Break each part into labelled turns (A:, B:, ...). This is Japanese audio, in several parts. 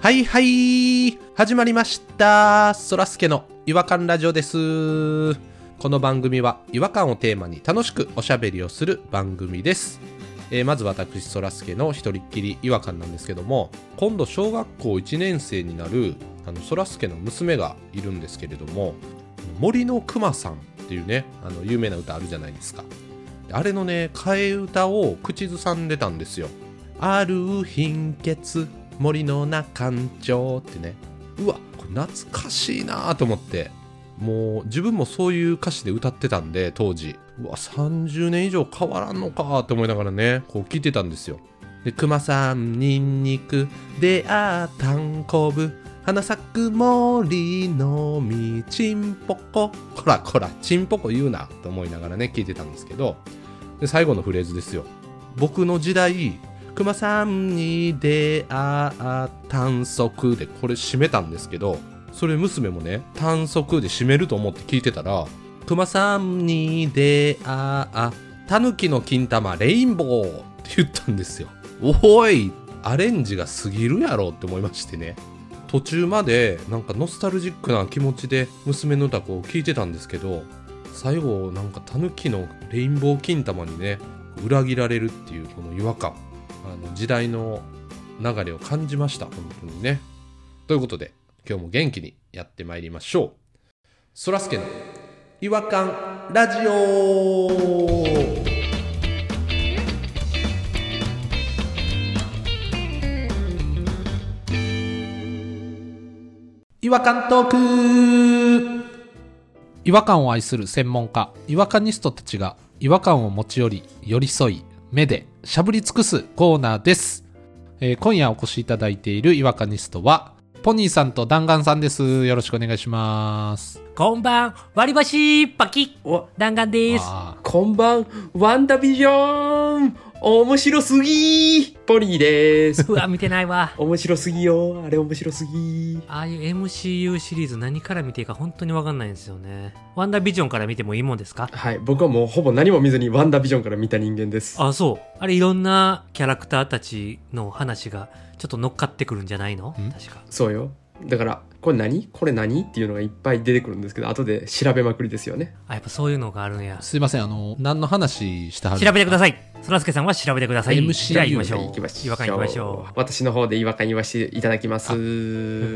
A: はいはい始まりましたそらすけの違和感ラジオですこの番組は違和感をテーマに楽しくおしゃべりをする番組です、えーまず私そらすけの一人っきり違和感なんですけども今度小学校1年生になるあのそらすけの娘がいるんですけれども森のくまさんっていうねあの有名な歌あるじゃないですかであれのね替え歌を口ずさんでたんですよある貧血森の中んちょってねうわこれ懐かしいなと思ってもう自分もそういう歌詞で歌ってたんで当時うわ30年以上変わらんのかって思いながらねこう聞いてたんですよで熊さんニンニク出会ったんこぶ花咲く森のみちんぽここらこらちんぽこ言うなと思いながらね聞いてたんですけどで最後のフレーズですよ僕の時代熊さんに出会ったん足でこれ締めたんですけどそれ娘もね短足で締めると思って聞いてたら熊さんに出会ったぬきの金玉レインボーって言ったんですよおいアレンジが過ぎるやろって思いましてね途中までなんかノスタルジックな気持ちで娘の歌を聞いてたんですけど最後なんかタヌキのレインボー金玉にね裏切られるっていうこの違和感あの時代の流れを感じました本当にねということで今日も元気にやってまいりましょうそらすけの違和感ラジオ違和感トーク
B: 違和感を愛する専門家違和感ニストたちが違和感を持ち寄り寄り添い目でしゃぶり尽くすコーナーです、えー今夜お越しいただいている違和感ニストはポニーさんと弾丸さんですよろしくお願いします
C: こんばん、割り箸パキ
D: お
C: 弾丸です。
B: あ
D: こんばん、ワンダビジョン面白すぎーポニーです。
C: うわ、見てないわ。
D: 面白すぎよあれ面白すぎー
C: ああいう MCU シリーズ何から見ていいか本当にわかんないんですよね。ワンダービジョンから見てもいいもんですか
D: はい、僕はもうほぼ何も見ずにワンダビジョンから見た人間です。
C: あ、そう。あれいろんなキャラクターたちの話がちょっと乗っかってくるんじゃないの
B: ん
C: 確か。
D: そうよ。だから、これ何これ何っていうのがいっぱい出てくるんですけど、後で調べまくりですよね。
C: あ、やっぱそういうのがあるんや
B: ー。すいませんあの何の話してはる
C: 調べてくだ
B: さ
C: さい。そらすけさんは調べてください。
B: MCU
C: じゃあ行きましょ
D: はい行
C: う
D: きま。しょう。
C: 違和感行きましょう。
D: 私の方で違和感言わせていただきます。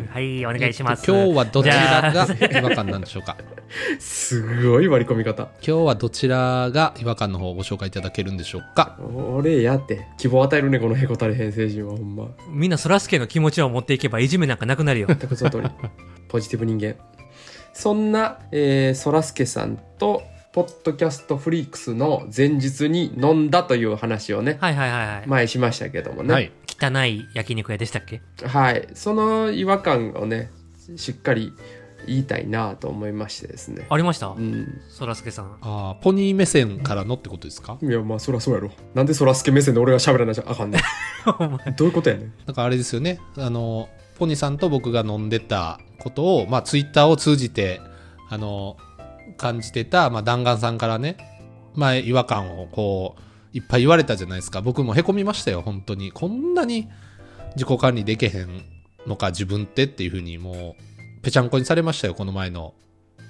C: はい、お願いします。
B: 今日はどちら
C: じゃ
B: が
C: あ
B: 違和感なんでしょうか
D: すごい割り込み方。
B: 今日はどちらが違和感の方をご紹介いただけるんでしょうか
D: 俺やって。希望与えるね、このへこたれ編成人はほんま。
C: みんなそらすけの気持ちを持っていけばいじめなんかなくなるよ。
D: 全くその通り ポジティブ人間そんな、えー、そらすけさんとポッドキャストフリークスの前日に飲んだという話をね、
C: はいはいはいはい。
D: 前し ましたけどもね
B: はい
C: 汚い焼肉屋でしたっけ
D: はいその違和感をねしっかり言いたいなと思いましてですね
C: ありました
D: うん
C: そらすけさん。
B: あーポニー目線からのってことですか
D: いやまあそらそうやろなんでそらすけ目線で俺が喋らなきゃあかんね
C: お前
D: んどういうことやねん
B: なんかあれですよね、あの、ポニーさんと僕が飲んでたことを、まあ、ツイッターを通じて、あの、感じてた、まあ、弾丸さんからね、前、違和感をこう、いっぱい言われたじゃないですか。僕もへこみましたよ、本当に。こんなに自己管理できへんのか、自分ってっていうふうに、もう、ぺちゃんこにされましたよ、この前の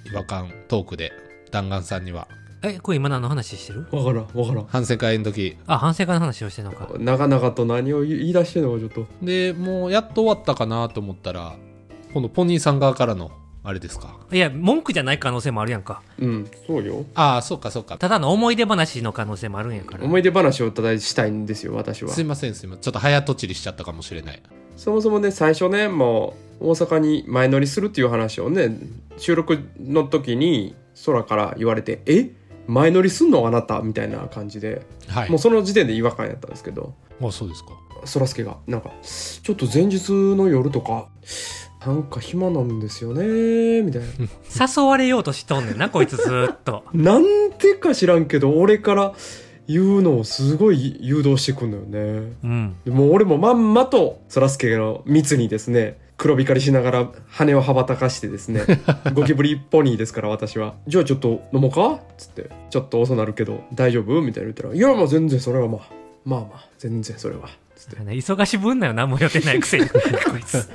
B: 違和感トークで。弾丸さんには。
C: え、これ今何の話してる
D: わからんわからん
B: 反省会の時。
C: あ、反省会の話をしてるのか。
D: 長々と何を言い出してんのかちょっと
B: で、もう、やっと終わったかなと思ったら、このポニーさん側からの、あれですか。
C: いや、文句じゃない可能性もあるやんか。
D: うんそうよ
B: ああ、そうかそうか。
C: ただの思い出話の可能性もあるんやから。
D: 思い出話をお互いしたいんですよ私は
B: すいませんすいません。ちょっと早とちりしちゃったかもしれない。
D: そもそもね最初ねもう大阪に前乗りするっていう話をね収録の時に空から言われて「え前乗りすんのあなた」みたいな感じで、
B: はい。
D: も
B: も
D: うその時点で違和感やったんですけど
B: うそうですか。
D: そらすけがなんか「ちょっと前日の夜とかなんか暇なんですよね」みたいな
C: 誘われようとしとんねんな、 こいつずーっと。
D: なんでか知らんけど俺から言うのをすごい誘導してくんのよね。
C: うん。
D: でもう俺もまんまとそらすけの蜜にですね黒光りしながら羽を羽ばたかしてですねゴキブリポニーですから私は「じゃあちょっと飲もうか?」っつって「ちょっと遅なるけど大丈夫?」みたいな言ったら「いやまあ全然それはまあまあまあ全然それは」つって
C: 忙しぶんなよ何も予定ないく せにこいつ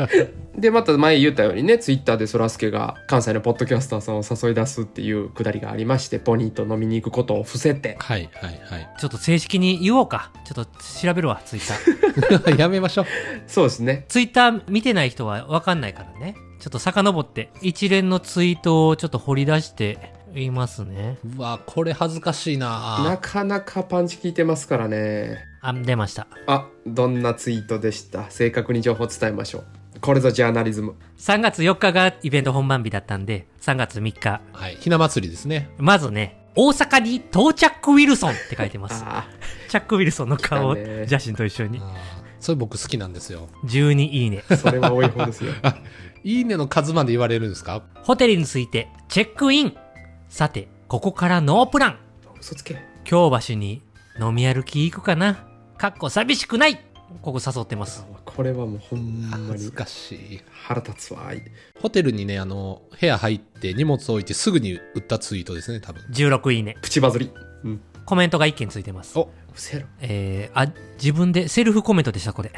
D: でまた前言ったようにねツイッターでそらすけが関西のポッドキャスターさんを誘い出すっていうくだりがありましてポニーと飲みに行くことを伏せて
A: はいはいはい。
C: ちょっと正式に言おうかちょっと調べるわツイッタ ー
A: やめましょう。
D: そうですね
C: ツイッター見てない人は分かんないからねちょっと遡って一連のツイートをちょっと掘り出していますね
A: うわ、これ恥ずかしい
D: な
A: な
D: かなかパンチ効いてますからね
C: あ出ました
D: あどんなツイートでした正確に情報伝えましょうこれぞジャーナリズム
C: 3月4日がイベント本番日だったんで3月3日
A: はい。ひな祭りですね。
C: まずね大阪に到着ウィルソンって書いてます
D: あ
C: チャック・ウィルソンの顔を
D: 来たね
C: 写真と一緒に
A: あーそれ僕好きなんですよ。
C: 12いいね
D: あそれは多い方 ですよ
A: いいねの数まで言われるんですか
C: ホテルについてチェックインさてここからノープラン
D: 嘘つけ
C: 京橋に飲み歩き行くかなかっこ寂しくないここ誘ってます
D: これはもうほんま
A: 恥ず
D: に
A: かしい。
D: 腹立つわ
A: ホテルにね、あの、部屋入って荷物置いてすぐに売ったツイートですね、多分。
C: 16いいね
D: プチバズりうん
C: コメントが1件ついてます
A: お
D: 伏せろ
C: えー、あ自分でセルフコメントでした これ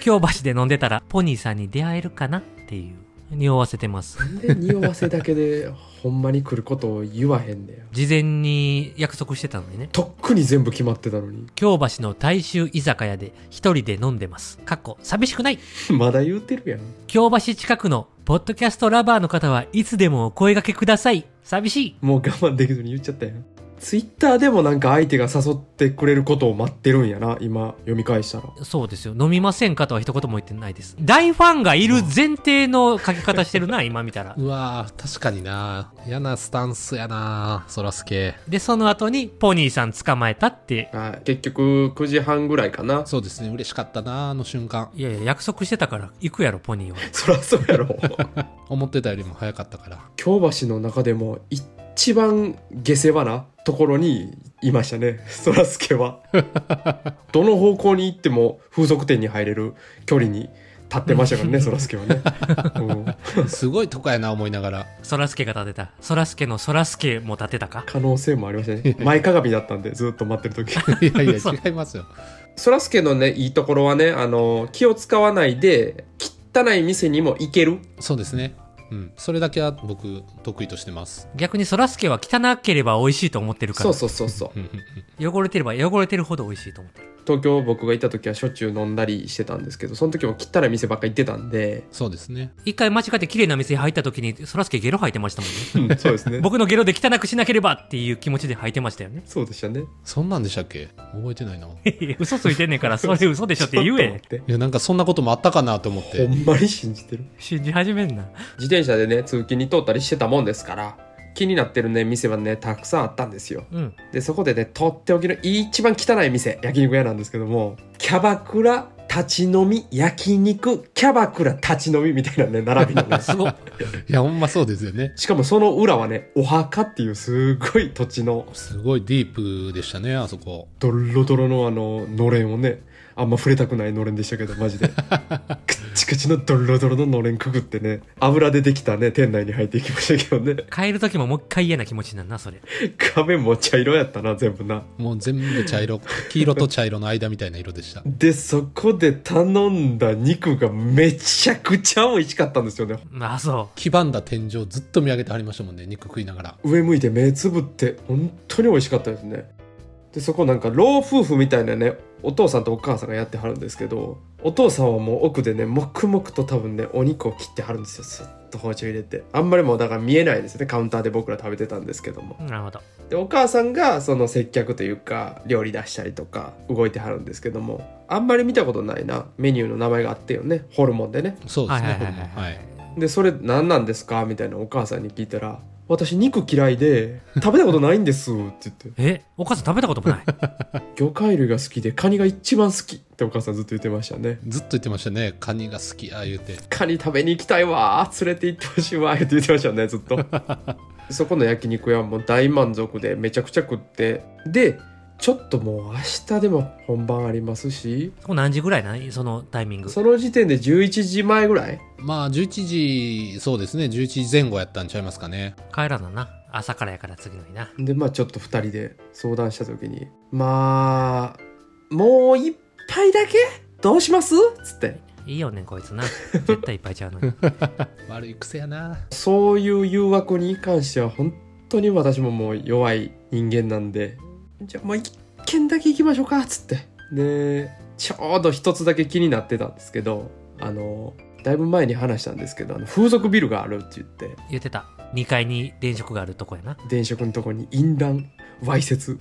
C: 京橋で飲んでたらポニーさんに出会えるかなっていう匂わせてます
D: なんで匂わせだけで ほんまに来ることを言わへんねや
C: 事前に約束してたのにね
D: とっくに全部決まってたのに
C: 京橋の大衆居酒屋で一人で飲んでますかっこ寂しくない
D: まだ言うてるやん
C: 京橋近くのポッドキャストラバーの方はいつでもお声掛けください寂しい
D: もう我慢できずに言っちゃったやんツイッターでもなんか相手が誘ってくれることを待ってるんやな今読み返したら
C: そうですよ飲みませんかとは一言も言ってないです大ファンがいる前提の書き方してる な今見たら
A: うわー確かにな嫌なスタンスやなそらすけ。
C: でその後にポニーさん捕まえたって
D: はい結局9時半ぐらいかな
A: そうですね、嬉しかったなあの瞬間。
C: いやいや約束してたから行くやろポニーは
D: そらそうやろ
A: 思ってたよりも早かったから。
D: 京橋の中でも一番下世話なところにいましたね そらすけはどの方向に行っても風俗店に入れる距離に立ってましたからねそらすけは ね、うん
A: すごいとこやな思いながら。
C: そらすけが立てたそらすけのそらすけも立てたか
D: 可能性もありましたね前かがみだったんでずっと待ってる時
A: いやいや、
C: そう
A: 違いますよ。
D: そらすけのねいいところはねあの気を使わないで汚い店にも行ける
A: そうですね。うん。それだけは僕、得意としてます。
C: 逆にそらすけは汚ければ美味しいと思ってるか
D: そう
C: ら
D: そうそうそう
A: うんうんうん
C: 汚れてれば汚れてるほど美味しいと思ってる
D: 東京僕がいた時はしょっちゅう飲んだりしてたんですけどその時も汚い店ばっか行ってたんで
A: そうですね。
C: 一回間違って綺麗な店に入った時にそらすけゲロ吐いてましたもん ね
D: うんそうですね
C: 僕のゲロで汚くしなければっていう気持ちで吐いてましたよね
D: そうでしたね
A: そんなんでしたっけ覚えてないな。い
C: 嘘ついてんねんから それ嘘でしょって言え
D: ちょっと待
A: や、なんかそんなこともあったかなと思っ
D: って
A: て。
D: ほんまに信じてる
C: 信じ始めんな
D: 自転車でね通勤に通ったりしてたもんですから気になってるね店はねたくさんあったんですよ
C: うん
D: でそこでねとっておきの一番汚い店焼肉屋なんですけどもキャバクラ立ち飲み焼肉キャバクラ立ち飲みみたいなね並びの ね
C: すごい
A: いや、ほんまそうですよね。
D: しかもその裏はねお墓っていうすごい土地の
A: すごいディープでしたね、あそこ。
D: ドロドロのあののれんをねあんま触れたくないのれんでしたけどマジでくっちくちのドロドロののれんくぐってね油でできたね店内に入っていきましたけどね
C: 帰る時ももう一回嫌な気持ちになるなそれ
D: 壁も茶色やったな全部な
A: もう全部茶 色、黄色と茶色の間みたいな色でした。
D: でそこで頼んだ肉がめちゃくちゃ美味しかったんですよね
C: まあそ
A: 黄ばんだ天井ずっと見上げてはりましたもんね、肉食いながら。
D: 上向いて目つぶって本当に美味しかったですねでそこなんか老夫婦みたいなねお父さんとお母さんがやってはるんですけどお父さんはもう奥でね黙々と多分ねお肉を切ってはるんですよスッと包丁入れてあんまりもうだから見えないですねカウンターで僕ら食べてたんですけども
C: うなるほど
D: でお母さんがその接客というか料理出したりとか動いてはるんですけどもあんまり見たことないなメニューの名前があってよねホルモンでね
A: そうですね、
C: はい
A: ホ
C: は
A: ル
C: い
A: モン。
C: はい
A: はい。
D: でそれ何なんですかみたいなお母さんに聞いたら「私肉嫌いで食べたことないんです」って言って
C: えお母さん食べたこともない
D: 「魚介類が好きでカニが一番好き」ってお母さんずっと言ってましたね
A: ずっと言ってましたね、カニが好きや言うて。
D: 「カニ食べに行きたいわ連れて行ってほしいわ」って言ってましたねずっとそこの焼肉屋も大満足でめちゃくちゃ食ってでちょっともう明日でも本番ありますし
C: そこ何時ぐらいなんそのタイミング
D: その時点で11時前ぐらい
A: まあ、11時、そうですね、11時前後やったんちゃいますかね。
C: 帰らなな朝からやから次の日な
D: でまあちょっと2人で相談した時にまあもう一杯だけどうしますつって
C: いいよねこいつな絶対いっぱいちゃうの に
A: 悪い癖やな
D: そういう誘惑に関しては本当に私ももう弱い人間なんでじゃあもう一軒だけ行きましょうかつってでちょうど一つだけ気になってたんですけどあのだいぶ前に話したんですけどあの風俗ビルがあるって言って
C: 言ってた2階に電飾があるとこやな
D: 電飾のとこに淫乱わいせつ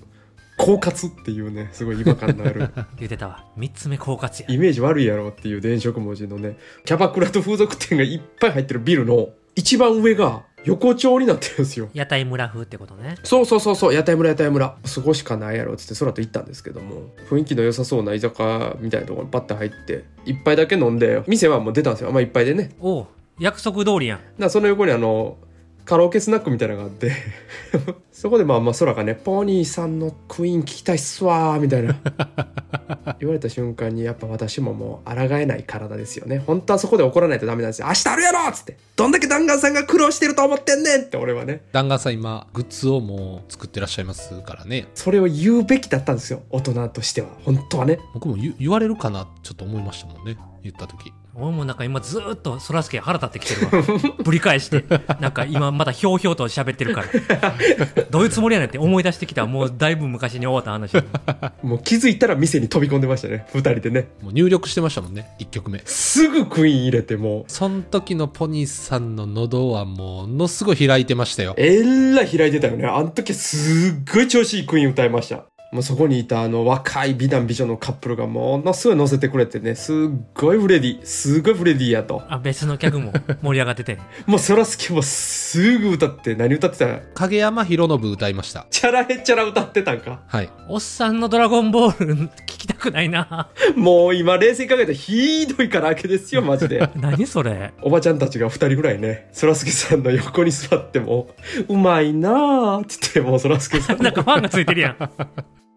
D: 狡猾っていうねすごい違和感のある
C: 言ってたわ3つ目狡猾
D: イ
C: や
D: メージ悪いやろっていう電飾文字のねキャバクラと風俗店がいっぱい入ってるビルの一番上が横丁になってるんですよ
C: 屋台村風ってことね
D: そうそうそうそう屋台村屋台村そこしかないやろっつって空と行ったんですけども雰囲気の良さそうな居酒屋みたいなところにパッて入って一杯だけ飲んで店はもう出たんですよまあ一杯でね
C: おう約束通りやん
D: なその横にあのカラオケスナックみたいなのがあって そこでまあまあ空がね「ポニーさんのクイーン聞きたいっすわー」みたいな言われた瞬間にやっぱ私ももう抗えない体ですよね本当はそこで怒らないとダメなんですよ「明日あるやろ!」っつって「どんだけ弾丸さんが苦労してると思ってんねん!」って俺はね
A: 弾丸さん今グッズをもう作ってらっしゃいますからね
D: それを言うべきだったんですよ大人としては本当はね
A: 僕も言言われるかなちょっと思いましたもんね言った時
C: 俺もなんか今ずーっとそらすけ腹立ってきてるわ ぶり返してなんか今まだひょうひょうと喋ってるから どういうつもりやねんって思い出してきたもうだいぶ昔に終わった話
D: もう気づいたら店に飛び込んでましたね2人でね
A: もう入力してましたもんね1曲目
D: すぐクイーン入れてもう
A: その時のポニーさんの喉はものすごい開いてましたよ
D: えらい開いてたよね。あの時すっごい調子いいクイーン歌いました。もうそこにいたあの若い美男美女のカップルがものすごい乗せてくれてね、すっごいフレディ、すごいフレディやと。
C: あ別の客も盛り上がってて
D: もうそらすけもすぐ歌って、何歌ってた
A: 影山博信歌いました
D: チャラへチャラ歌ってたんか。
A: はい
C: おっさんのドラゴンボール聞きたくないな。
D: もう今冷静に考えたらひどいから明けですよ、マジで
C: 何それ
D: おばちゃんたちが二人ぐらいね、そらすけさんの横に座っても、うまいなぁって言って、もうそらすけさん
C: なんかファンがついてるやん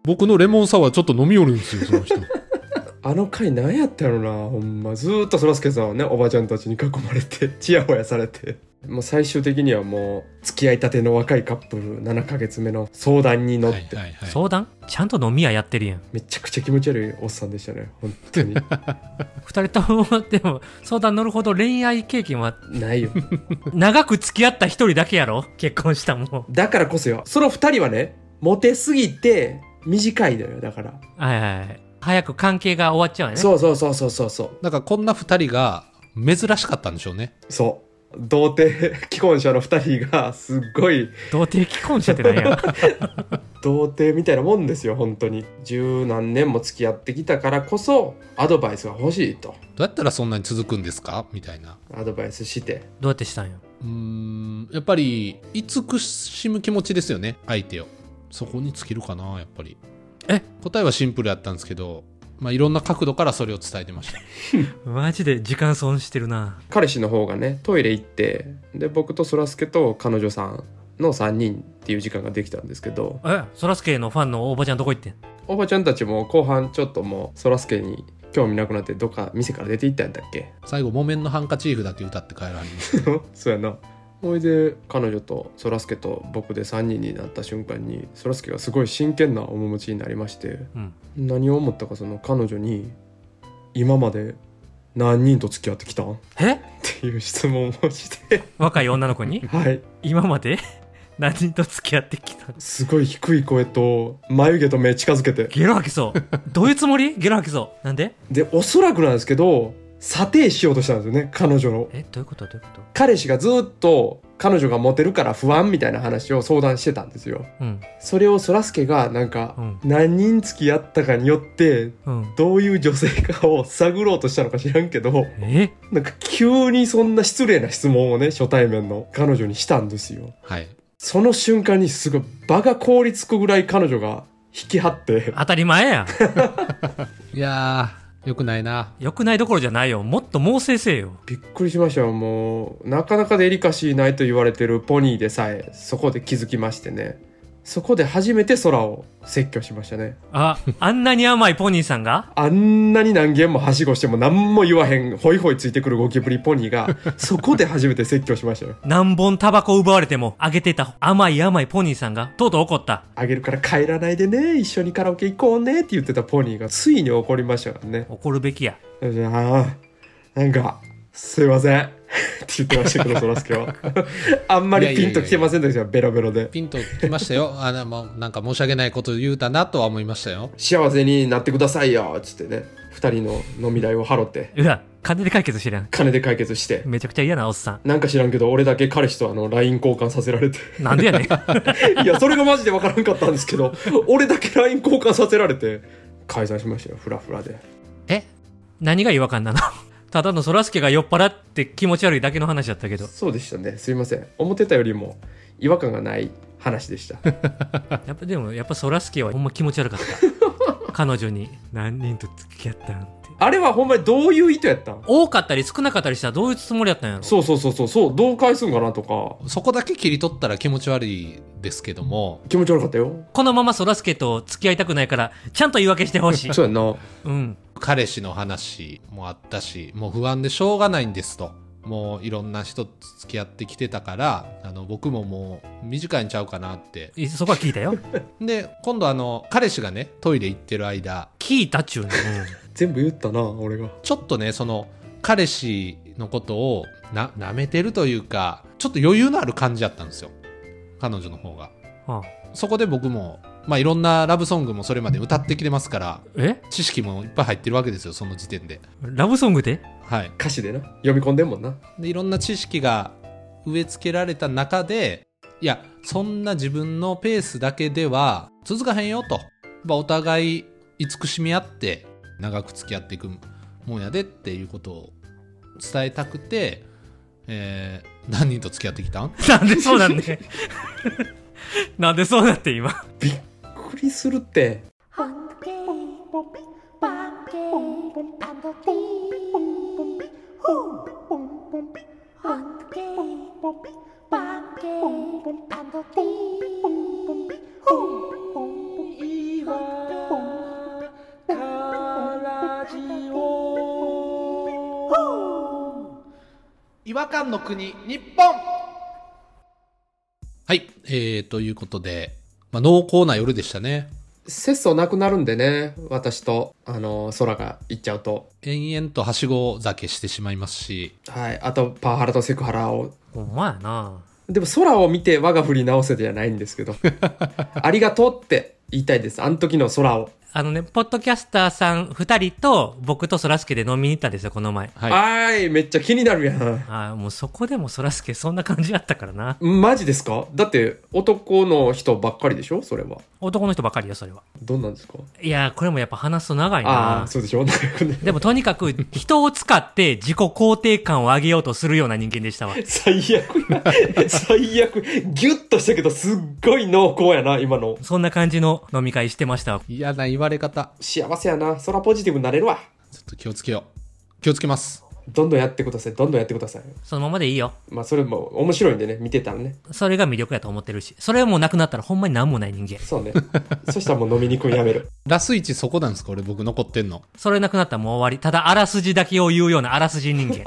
A: 僕のレモンサワーちょっ と飲みよるんですよその人
D: あの回何やったやろなほんまずーっとそらすけさんはねおばちゃんたちに囲まれて ちやほやされてもう最終的にはもう付き合いたての若いカップル7ヶ月目の相談に乗って、
A: はいはい
C: 相談ちゃんと飲み屋やってるやん
D: めちゃくちゃ気持ち悪いおっさんでしたね本当に
C: 二人ともでも相談乗るほど恋愛経験は
D: ないよ
C: 長く付き合った一人だけやろ結婚したもん
D: だからこそよその2人はねモテすぎて短いのよだから
C: はいはいはい早く関係が終わっちゃうよね
D: そうそうそうそうそうそう
A: なんかこんな二人が珍しかったんでしょうね
D: そう童貞既婚者の2人がすっごい
C: 童貞既婚者ってなんや
D: 童貞みたいなもんですよ本当に十何年も付き合ってきたからこそアドバイスが欲しいと
A: どうやったらそんなに続くんですかみたいな
D: アドバイスして
C: どうやってしたんや
A: うーんやっぱり慈しむ気持ちですよね相手をそこに尽きるかなやっぱり
C: え
A: 答えはシンプルやったんですけどまあいろんな角度からそれを伝えてました
C: マジで時間損してるな
D: 彼氏の方がねトイレ行ってで僕とそらすけと彼女さんの3人っていう時間ができたんですけど
C: えそらすけのファンのおばちゃんどこ行ってん
D: おばちゃんたちも後半ちょっともうそらすけに興味なくなってどっか店から出て行ったんだっけ
A: 最後木綿のハンカチーフだけ歌って帰らはりました
D: そうやなほいで彼女とそらすけと僕で3人になった瞬間にそらすけがすごい真剣な面持ちになりまして
C: うん
D: 何を思ったかその彼女に「今まで何人と付き合ってきたん?」っ
C: え
D: ていう質問を して
C: 若い女の子に
D: はい
C: 今まで 何人と付き合ってきた
D: すごい低い声と眉毛と目近づけて
C: ゲロ吐きそうどういうつもりゲロ吐きそうなんで
D: でおそらくなんですけど査定しようとしたんですよね彼女の
C: えどういうことどういうこ
D: 彼氏がずっと彼女がモテるから不安みたいな話を相談してたんですよ
C: とうん
D: それをそらすけがなんか
C: うん
D: 何人付き合ったかによって
C: うん
D: どういう女性かを探ろうとしたのか知らんけど
C: え
D: なんか急にそんな失礼な質問をね、初対面の彼女にしたんですよ。
A: はい
D: その瞬間にすごい場が凍りつくぐらい彼女が引き張って、
C: 当たり前や
A: いやーよくないな
C: 良くないどころじゃないよもっと猛省せえよ
D: びっくりしましたよ、もう。なかなかデリカシーないと言われてるポニーでさえ、そこで気づきましてね。そこで初めて空を説教しましたね
C: あ、あんなに甘いポニーさんが
D: あんなに何軒もはしごしても何も言わへんホイホイついてくるゴキブリポニーがそこで初めて説教しましたよ
C: 何本タバコ奪われてもあげてた甘い甘いポニーさんがとうとう怒った。
D: あげるから帰らないでね一緒にカラオケ行こうねって言ってたポニーがついに怒りましたからね
C: 怒るべきや。
D: じゃあなんかすいませんって言ってましたけどそらすけはあんまりピンときてませんでしたよベロベロで
A: ピンときましたよ。 あのまあなんか申し訳ないこと言うたなとは思いましたよ。
D: 幸せになってくださいよっつってね2人の飲み代を払って
C: うわ、金で解決してるやん。
D: 金で解決して
C: めちゃくちゃ嫌なおっさ
D: なんか知らんけど俺だけ彼氏とあの LINE 交換させられて
C: ん。なんでやねん。
D: いやそれがマジで分からんかったんですけど俺だけ LINE 交換させられて解散しましたよフラフラで
C: え何が違和感なの ただのそらすけが酔っ払って気持ち悪いだけの話だったけど。
D: そうでしたねすいません思ってたよりも違和感がない話でした
C: やっぱでも、やっぱそらすけはほんま気持ち悪か った。彼女に何人と付き合ったんって。
D: あれはほんまにどういう意図やったん
C: 多かったり少なかったりしたらどういうつもりやったんやろ
D: そうそうそうそうそうどう返すんかなとか
A: そこだけ切り取ったら気持ち悪いですけども、
D: 気持ち悪かったよ
C: このままそらすけと付き合いたくないから、ちゃんと言い訳してほしい。
D: そうやんな
C: うん。
A: 彼氏の話もあったし、もう不安でしょうがないんですと。もういろんな人と付き合ってきてたから、あの僕ももう短いんちゃうかなって。
C: いそこは聞いたよ。
A: で、今度あの彼氏がね、トイレ行ってる間、
C: 聞いたっちゅうね。
D: 全部言ったな俺が
A: ちょっとね、その彼氏のことをな、舐めてるというか、ちょっと余裕のある感じだったんですよ。彼女の方が。
C: うんあ
A: そこで僕も、まあ、いろんなラブソングもそれまで歌ってきてますから、
C: え
A: 知識もいっぱい入ってるわけですよ、その時点で。
C: ラブソングで
A: はい。
D: 歌詞でな読み込んでんもんな
A: で、いろんな知識が植え付けられた中で、いや、そんな自分のペースだけでは続かへんよと。まあ、お互い慈しみ合って、長く付き合っていくもんやでっていうことを伝えたくて、えー、何人と付き合ってきたん
C: なんでそうなん でなんでそうなって今。
D: びっくりするって。
E: Hunky,
A: 違和感の国、日本はい、えー、ということで、まあ、濃厚な夜でしたね。
D: 節操なくなるんでね、私と、あの、空が行っちゃうと。
A: 延々とはしご酒してしまいますし、
D: はい。あと、パワハラとセクハラを。
C: ほんまやな。
D: でも、空を見て我が振り直せじゃないんです けど。ありがとうって言いたいです。あの時の空を。
C: あのね、ポッドキャスターさん2人と僕とそらすけで飲みに行ったんですよ、この前。
A: はい。
D: はい、ーい、めっちゃ気になるやん。
C: ああ、もうそこでもそらすけそんな感じやったからな。
D: マジですかだって、男の人ばっかりでしょそれは。
C: 男の人ばかりよ、それは。
D: どんなんですか
C: いやー、これもやっぱ話すと長い
D: ああ
C: な
D: ー、。そうでしょ なんかね
C: でもとにかく人を使って自己肯定感を上げようとするような人間でしたわ。
D: 最悪な。最悪。ギュッとしたけど、すっごい濃厚やな、今の。
C: そんな感じの飲み会してましたわ。
A: 嫌な言われ方。
D: 幸せやな。空ポジティブになれるわ。
A: ちょっと気をつけよう。気をつけます。
D: どんどんやってください。どんどんやってください。
C: そのままでいいよ。
D: まあ、それも面白いんでね、見てたらね。
C: それが魅力やと思ってるし。それもなくなったらほんまになんもない人間。
D: そうね。そしたらもう飲みに行くのやめる。
A: ラス1そこなんですか俺僕残ってんの。
C: それなくなったらもう終わり。ただあらすじだけを言うようなあらすじ人間。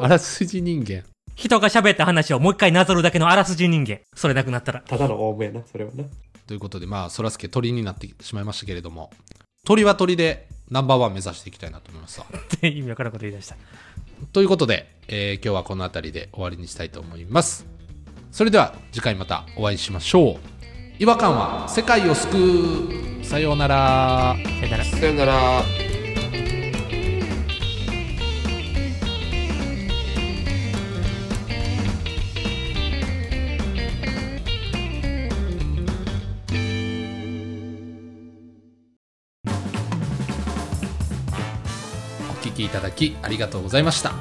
A: あらすじ人間。
C: 人が喋った話をもう一回なぞるだけのあらすじ人間。それなくなったら。
D: ただの大目やな、それはな。
A: ということで、まあ、そらすけ鳥になってしまいましたけれども、鳥は鳥でナンバーワン目指していきたいなと思いますわ。
C: って意味わからんこと言い出した。
A: ということで、えー今日はこの辺りで終わりにしたいと思います。それでは次回またお会いしましょう。違和感は世界を救う。さようなら。
C: さよなら。
D: さよなら。
A: お聞きいただきありがとうございました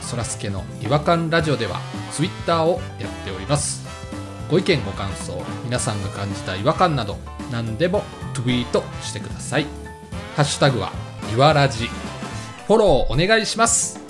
A: そらすけの違和感ラジオではツイッターをやっておりますご意見ご感想皆さんが感じた違和感など何でもツイートしてくださいハッシュタグはいわらじフォローお願いします